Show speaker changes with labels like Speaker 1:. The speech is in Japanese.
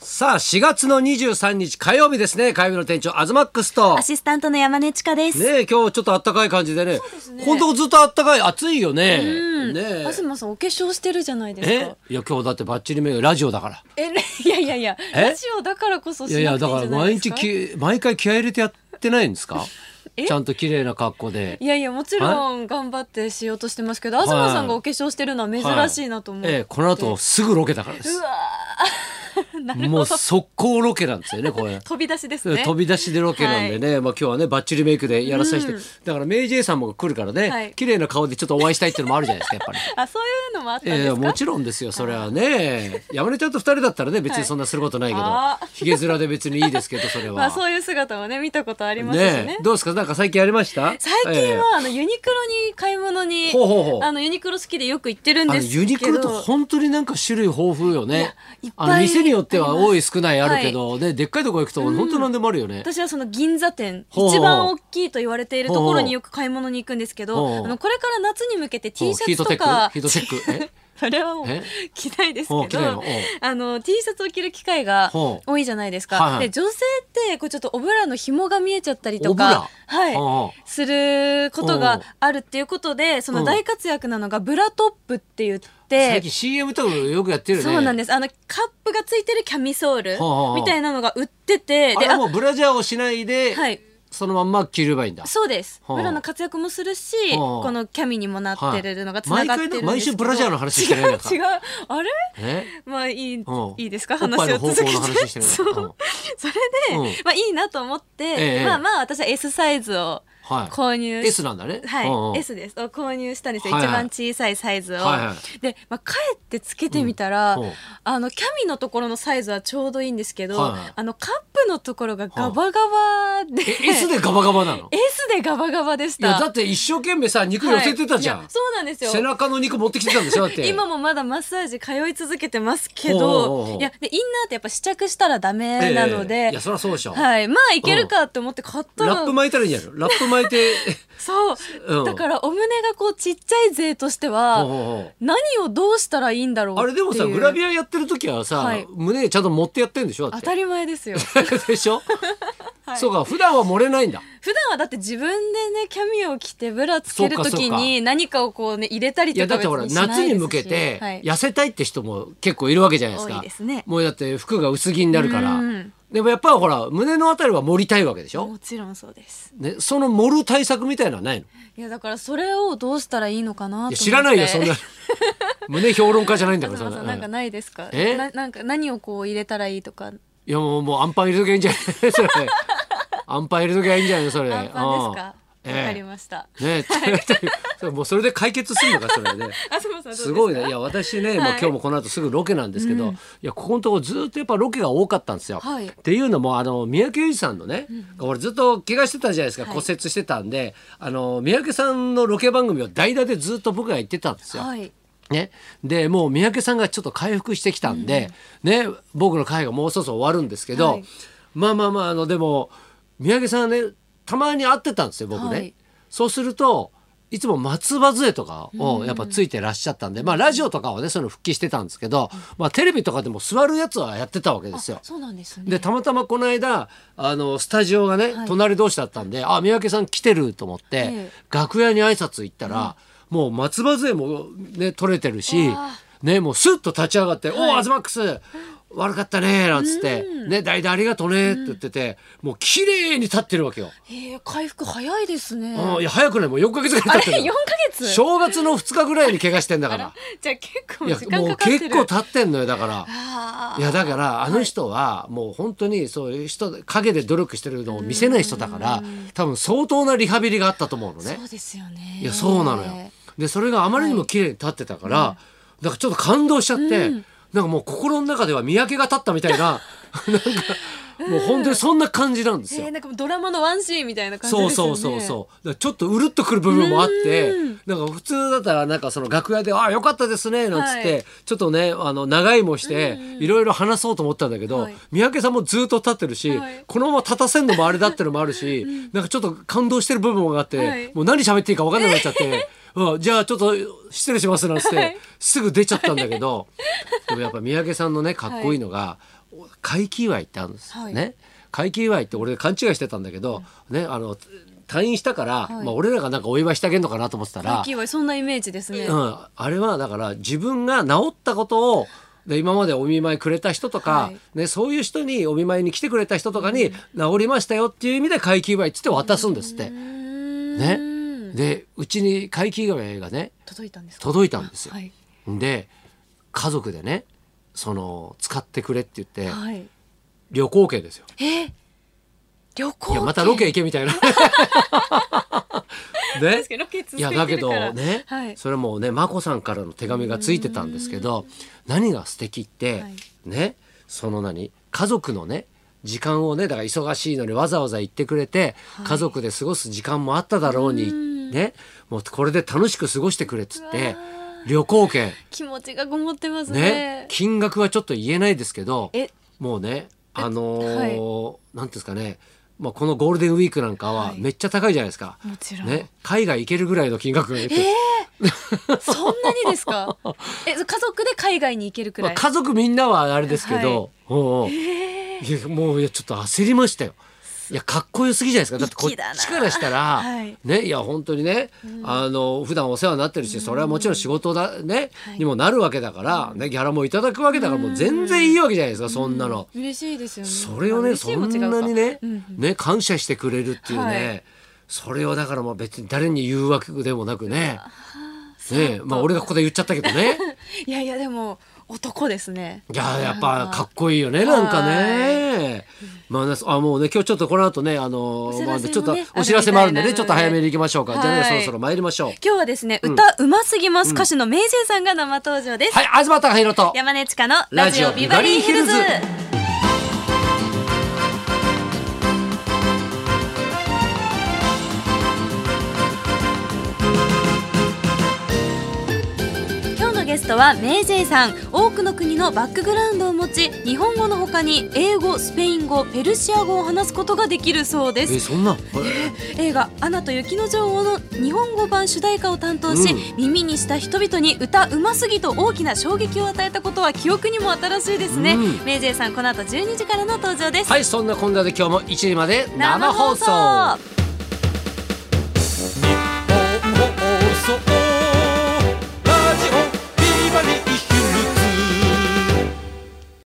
Speaker 1: さあ4月の23日火曜日ですね火曜日の店長アズマックスと
Speaker 2: アシスタントの山根千佳です。
Speaker 1: ねえ今日ちょっと暖かい感じでね
Speaker 2: すね
Speaker 1: 本当ずっと暖かい暑いよねねえ
Speaker 2: 東さんお化粧してるじゃないで
Speaker 1: えいや今日だってバッチリ目がラジオだから
Speaker 2: え、 いやいやいや、
Speaker 1: え
Speaker 2: ラジオだからこそ
Speaker 1: い
Speaker 2: し
Speaker 1: やい
Speaker 2: な
Speaker 1: や
Speaker 2: くて
Speaker 1: だ
Speaker 2: いい
Speaker 1: か
Speaker 2: んじ
Speaker 1: ら
Speaker 2: ゃない
Speaker 1: 毎
Speaker 2: です
Speaker 1: 日
Speaker 2: か。
Speaker 1: き毎回気合い入れてやってないんですか
Speaker 2: え
Speaker 1: ちゃんと綺麗な格好で
Speaker 2: いやいやもちろん頑張ってしようとしてますけど、東さんがお化粧してるのは珍しいなと思う。
Speaker 1: はいええこの後すぐロケだからです
Speaker 2: うわーなる
Speaker 1: も
Speaker 2: ほ
Speaker 1: う
Speaker 2: ど。
Speaker 1: 速攻ロケなんですよねこれ
Speaker 2: 飛び出しですね。
Speaker 1: 飛び出しでロケなんでね、まあ今日はねバッチリメイクでやらさせて、
Speaker 2: うん
Speaker 1: だからメイジェイさんも来るからね、
Speaker 2: はい
Speaker 1: 綺麗な顔でちょっとお会いしたいっていうのもあるじゃないですかやっぱり。
Speaker 2: あ、そういうのもあったんです
Speaker 1: え
Speaker 2: か。
Speaker 1: えもちろんですよそれはね山根ちゃんと二人だったらね別にそんなすることないけど、
Speaker 2: はいあー
Speaker 1: ひげ面で別にいいですけどそれは。
Speaker 2: まあそういう姿もね見たことありますし
Speaker 1: ね
Speaker 2: ね
Speaker 1: え。どうですかなんか最近やりました
Speaker 2: 最近は、あのユニクロに買い物に
Speaker 1: ほうほうほう
Speaker 2: あのユニクロ好きでよく行ってるん
Speaker 1: あ
Speaker 2: で
Speaker 1: の
Speaker 2: すけど
Speaker 1: ユニクロと本当になんか種類豊富よね
Speaker 2: いやいっぱ
Speaker 1: あ
Speaker 2: い
Speaker 1: の店によっては多い少ないあるけど、ねでっかいとこ行くと本当なんでもあるよね、
Speaker 2: 私はその銀座店
Speaker 1: ほうほう
Speaker 2: 一番大きいと言われているところによく買い物に行くんですけ
Speaker 1: ほうほ
Speaker 2: ど
Speaker 1: う
Speaker 2: あのこれから夏に向けて
Speaker 1: ほう
Speaker 2: T シャ
Speaker 1: ヒー
Speaker 2: ツ
Speaker 1: トテ
Speaker 2: と
Speaker 1: ック
Speaker 2: か
Speaker 1: ヒートテックえ
Speaker 2: それはもう
Speaker 1: え
Speaker 2: 着ないです
Speaker 1: ほう
Speaker 2: け
Speaker 1: 着ないの
Speaker 2: ど
Speaker 1: ほう
Speaker 2: あの T シャツを着る機会が
Speaker 1: ほう
Speaker 2: 多いじゃないです
Speaker 1: はいは
Speaker 2: か
Speaker 1: い
Speaker 2: で女性ってこうちょっとオブラの紐が見えちゃったりとかは
Speaker 1: ほう
Speaker 2: い
Speaker 1: ほう
Speaker 2: すること
Speaker 1: ほう
Speaker 2: があるっていうことでその大活躍なのがブラトップって言っ
Speaker 1: 最
Speaker 2: て
Speaker 1: 近 CM とかよくやってるよね
Speaker 2: そうなん
Speaker 1: で
Speaker 2: ですあのカップがついてるキャミソール
Speaker 1: ほうほうほう
Speaker 2: みたいなのが売ってて
Speaker 1: あ
Speaker 2: で
Speaker 1: れもうブラジャーをしないで、
Speaker 2: はい
Speaker 1: そのまんま着ればいいんだ
Speaker 2: そうです。
Speaker 1: はあ
Speaker 2: ブラの活躍もするし、
Speaker 1: はあ
Speaker 2: このキャミにもなってるのがつな
Speaker 1: 毎
Speaker 2: がって
Speaker 1: 回
Speaker 2: るんですけ
Speaker 1: な
Speaker 2: ど。
Speaker 1: 毎週ブラジャーの話してない
Speaker 2: 違
Speaker 1: のか
Speaker 2: う違う。あれ？
Speaker 1: え
Speaker 2: まあいい、
Speaker 1: はあ
Speaker 2: いいですか
Speaker 1: おっぱい
Speaker 2: 話
Speaker 1: の
Speaker 2: を
Speaker 1: 方
Speaker 2: 続
Speaker 1: 向
Speaker 2: け
Speaker 1: の話して
Speaker 2: て。
Speaker 1: る
Speaker 2: そう。
Speaker 1: のか
Speaker 2: それ で、
Speaker 1: うん
Speaker 2: まあいいなと思って、
Speaker 1: ええ
Speaker 2: まあまあ私は S サイズを
Speaker 1: はい
Speaker 2: 購入
Speaker 1: S なんだね
Speaker 2: はい、
Speaker 1: うんうん
Speaker 2: S ですを購入したんですよ、
Speaker 1: はいはい
Speaker 2: 一番小さいサイズを、
Speaker 1: はいは
Speaker 2: で、まあ、帰ってつけてみたら、
Speaker 1: うんうん
Speaker 2: あのキャミのところのサイズはちょうどいいんですけど、
Speaker 1: はいはい
Speaker 2: あのカップのところがガバガバで、
Speaker 1: え S でガバガバなの
Speaker 2: S でガバガバでし
Speaker 1: い
Speaker 2: た
Speaker 1: やだって一生懸命さ肉寄せてたじゃん、
Speaker 2: はいいやそうなんですよ
Speaker 1: 背中の肉持ってきてたんでしょだって
Speaker 2: 今もまだマッサージ通い続けてますけ
Speaker 1: ほうほうほ
Speaker 2: ど
Speaker 1: う
Speaker 2: いやでインナーってやっぱ試着したらダメな
Speaker 1: え
Speaker 2: の
Speaker 1: え
Speaker 2: で
Speaker 1: いやそりゃそうでしょ、
Speaker 2: はいまあいけるかって思って買った
Speaker 1: ラ
Speaker 2: ら
Speaker 1: ップ巻いたらいいんじゃないラップ巻い て
Speaker 2: そう
Speaker 1: うん
Speaker 2: だからお胸がこうちっちゃい勢として
Speaker 1: ほうほ
Speaker 2: は
Speaker 1: うほう
Speaker 2: 何をどうしたらいいんだろうってい
Speaker 1: あ
Speaker 2: う
Speaker 1: れでもさグラビ
Speaker 2: ア
Speaker 1: アやってる時はさ、
Speaker 2: はい
Speaker 1: 胸ちゃんと持ってやってんでしょだ
Speaker 2: 当
Speaker 1: ったて
Speaker 2: り前ですよ
Speaker 1: でしょ、
Speaker 2: はい
Speaker 1: そうか普段は漏れないんだ
Speaker 2: 普段はだって自分でねキャミを着てブラつける
Speaker 1: そうかそう
Speaker 2: 時
Speaker 1: か
Speaker 2: に何かをこうね入れたり
Speaker 1: い
Speaker 2: と
Speaker 1: や
Speaker 2: か
Speaker 1: だってほら
Speaker 2: 別しないです
Speaker 1: 夏
Speaker 2: し
Speaker 1: に向けて
Speaker 2: はい
Speaker 1: 痩せたいって人も結構いるわけじゃないですか
Speaker 2: 多いですね
Speaker 1: もうだって服が薄着になるから
Speaker 2: うん
Speaker 1: でもやっぱりほら胸のあたりは盛りたいわけでしょ、
Speaker 2: もちろんそうです
Speaker 1: ね、その盛る対策みたいなのはないの
Speaker 2: いやだからそれをどうしたらいいのかなと思
Speaker 1: い
Speaker 2: っ
Speaker 1: や
Speaker 2: て
Speaker 1: 知らないよそんな 胸評論家じゃないんだか
Speaker 2: 東
Speaker 1: らそん
Speaker 2: さんなんか
Speaker 1: な。
Speaker 2: ないですか
Speaker 1: え
Speaker 2: ななんか何をこう入れたらいいとか
Speaker 1: いやもうもうアンパン入れときゃいいんじゃない それアンパン入れときゃいいんじゃないのそれ
Speaker 2: あんパンですかわ
Speaker 1: うんええ
Speaker 2: かりました
Speaker 1: ねえ、もうそれで解決するのかそれね。
Speaker 2: あそうそう
Speaker 1: すごい
Speaker 2: ね
Speaker 1: ね。いや私ね、まあ
Speaker 2: はい
Speaker 1: 今日もこの後すぐロケなんですけど、いやここのところずっとやっぱロケが多かったんですよ。
Speaker 2: はい
Speaker 1: っていうのもあの三宅裕二さんのね、俺ずっと怪我してたじゃないですか、
Speaker 2: はい
Speaker 1: 骨折してたんで、あの三宅さんのロケ番組を代打でずっと僕が行ってたんですよ。
Speaker 2: はい
Speaker 1: ね、でもう三宅さんがちょっと回復してきたんで、ね、僕の会がもうそろそろ終わるんですけど、
Speaker 2: はい
Speaker 1: まあまあまああのでも三宅さんはねたまに会ってたんですよ僕ね、
Speaker 2: はい
Speaker 1: そうするといつも松葉杖とかをやっぱついてらっしゃったんで、まあラジオとかはねそういうの復帰してたんですけど、まあ、テレビとかでも座るやつはやってたわけですよ
Speaker 2: あ。そうなんですね
Speaker 1: でたまたまこの間あのスタジオがね、
Speaker 2: はい
Speaker 1: 隣同士だったんであ三宅さん来てると思って、
Speaker 2: ええ
Speaker 1: 楽屋に挨拶行ったら、もう松葉杖もね取れてるし
Speaker 2: わあ、
Speaker 1: ね、もうスッと立ち上がって「お
Speaker 2: は
Speaker 1: お
Speaker 2: い
Speaker 1: アズマックス悪かったね」なんつって「ね代打ありがとうね」って言ってて、もう綺麗に立ってるわけよ。
Speaker 2: えー回復早いですね
Speaker 1: うんいや早くないもう4ヶ月ぐ
Speaker 2: あ
Speaker 1: らい
Speaker 2: れ
Speaker 1: 経って
Speaker 2: 4
Speaker 1: る
Speaker 2: ヶ月
Speaker 1: 正月の2日ぐらいに怪我してんだか
Speaker 2: あ
Speaker 1: ら
Speaker 2: ら。じゃあ結構
Speaker 1: いや
Speaker 2: 時間
Speaker 1: も
Speaker 2: か
Speaker 1: う
Speaker 2: かってる
Speaker 1: 結構経ってんのよだから。
Speaker 2: あー
Speaker 1: いやだからあの人はもう本当にそういう人陰で努力してるのを見せない人だから多分相当なリハビリがあったと思うのね
Speaker 2: そ。うですよね
Speaker 1: いやそうなのよ。でそれがあまりにも綺麗に立ってたから、なんかちょっと感動しちゃって、なんかもう心の中では三宅が立ったみたいななんか もう本当にそんな感じなんです
Speaker 2: え
Speaker 1: よ
Speaker 2: ー。なんかもうドラマのワンシーンみたいな感じです
Speaker 1: そ
Speaker 2: よ
Speaker 1: う
Speaker 2: ね
Speaker 1: そうそうそうだからちょっとうるっとくる部分もあって
Speaker 2: うん
Speaker 1: なんか普通だったらなんかその楽屋で「ああよかったですね」なんつって、
Speaker 2: はい
Speaker 1: ちょっとねあの長いもしていろいろ話そうと思ったんだけど、
Speaker 2: はい
Speaker 1: 三宅さんもずっと立ってるし、
Speaker 2: はい
Speaker 1: このまま立たせんのもあれだってのもある し、なんかちょっと感動してる部分があって、
Speaker 2: はい
Speaker 1: もう何喋っていいか分かんなくなっちゃって。 うん、じゃあちょっと失礼しますなんつって、
Speaker 2: はい
Speaker 1: すぐ出ちゃったんだけど、でもやっぱ三宅さんのねかっこいいのが、会期祝いってあるんです、
Speaker 2: はい
Speaker 1: ね会期祝いって俺勘違いしてたんだけど、ねあの退院したから、
Speaker 2: はい
Speaker 1: まあ、俺らがなんかお祝いしてあげるのかなと思ってたら
Speaker 2: 大きいわそんなイメージですね、
Speaker 1: うん、あれはだから自分が治ったことをで今までお見舞いくれた人とか、
Speaker 2: はい
Speaker 1: ね、そういう人にお見舞いに来てくれた人とかに、治りましたよっていう意味で皆既祝いっつって渡すんですって。
Speaker 2: ね
Speaker 1: でうちに皆既祝いがね
Speaker 2: 届いたんですか
Speaker 1: 届いたんですよ。
Speaker 2: はい
Speaker 1: で家族でねその使ってくれって言って、
Speaker 2: はい
Speaker 1: 旅行券ですよ。
Speaker 2: えー旅行
Speaker 1: いやまたロケ行けみ たいな。ね
Speaker 2: 確かにロケ続
Speaker 1: い
Speaker 2: い
Speaker 1: や
Speaker 2: てるか
Speaker 1: だ
Speaker 2: ら
Speaker 1: けどね、
Speaker 2: はい
Speaker 1: それはもうね眞子さんからの手紙がついてたんですけど何が素敵って、
Speaker 2: はい
Speaker 1: ねその何家族のね時間をねだから忙しいのにわざわざ行ってくれて、
Speaker 2: はい
Speaker 1: 家族で過ごす時間もあっただろうに
Speaker 2: うん
Speaker 1: ねもうこれで楽しく過ごしてくれっつっ
Speaker 2: うわ
Speaker 1: て
Speaker 2: ー
Speaker 1: 旅行券
Speaker 2: 気持ちがこもってます
Speaker 1: ね
Speaker 2: ね
Speaker 1: 金額はちょっと言えないですけど
Speaker 2: え
Speaker 1: もうねあのーなんていうんですかね、まあ、このゴールデンウィークなんかは
Speaker 2: はい
Speaker 1: めっちゃ高いじゃないですか。
Speaker 2: もちろん、
Speaker 1: ね、海外行けるぐらいの金額が出て、
Speaker 2: そんなにですか え家族で海外に行けるく
Speaker 1: ま
Speaker 2: ら
Speaker 1: あ、
Speaker 2: い、
Speaker 1: 家族みんなはあれですけど、おうおう
Speaker 2: えー
Speaker 1: いやもういやちょっと焦りましたよ。いやかっこよすぎじゃないですかだってこっ
Speaker 2: 粋だな
Speaker 1: ちからしたら、
Speaker 2: はい
Speaker 1: ねいや本当にね、あの普段お世話になってるしそれはもちろん仕事だね、
Speaker 2: はい
Speaker 1: にもなるわけだから、ね、ギャラもいただくわけだからもう全然いいわけじゃないですかそんなの。
Speaker 2: 嬉しいですよね
Speaker 1: それを
Speaker 2: まあ
Speaker 1: ね
Speaker 2: 嬉し
Speaker 1: そ
Speaker 2: いも
Speaker 1: ん
Speaker 2: 違うか
Speaker 1: なにね,、
Speaker 2: うん
Speaker 1: ね感謝してくれるっていうね、
Speaker 2: はい
Speaker 1: それをだからまあ別に誰に言うわけでもなくね。ねまあ俺がここで言っちゃったけどね。
Speaker 2: いやいやでも男ですね
Speaker 1: いややっぱかっこいいよねなんかね。まあね、あもうね今日ちょっとこの後ねあの
Speaker 2: お知らせも
Speaker 1: ま
Speaker 2: ね
Speaker 1: あちょっとお知らせもあるんで
Speaker 2: ある
Speaker 1: ね
Speaker 2: みたいなので
Speaker 1: ちょっと早めに行きましょうか。じゃあね
Speaker 2: はい
Speaker 1: そろそろ参りましょう。
Speaker 2: 今日はですね、歌うますぎます歌手の名人さんが生登場です、
Speaker 1: はい東隆弘と。
Speaker 2: 山根千佳のラジオビバリーヒルズ
Speaker 1: ラジオビバリー
Speaker 2: 今日のゲストはメイジェイさん多くの国のバックグラウンドを持ち日本語のほかに英語スペイン語ペルシア語を話すことができるそうです
Speaker 1: えそんな。
Speaker 2: 映画「アナと雪の女王」の日本語版主題歌を担当し、
Speaker 1: うん
Speaker 2: 耳にした人々に歌うますぎと大きな衝撃を与えたことは記憶にも新しいですね、
Speaker 1: うん
Speaker 2: メイジェイさんこの後12時からの登場です、
Speaker 1: はいそんなこんなで今日も1時まで生放送。
Speaker 2: 生放送
Speaker 1: 放送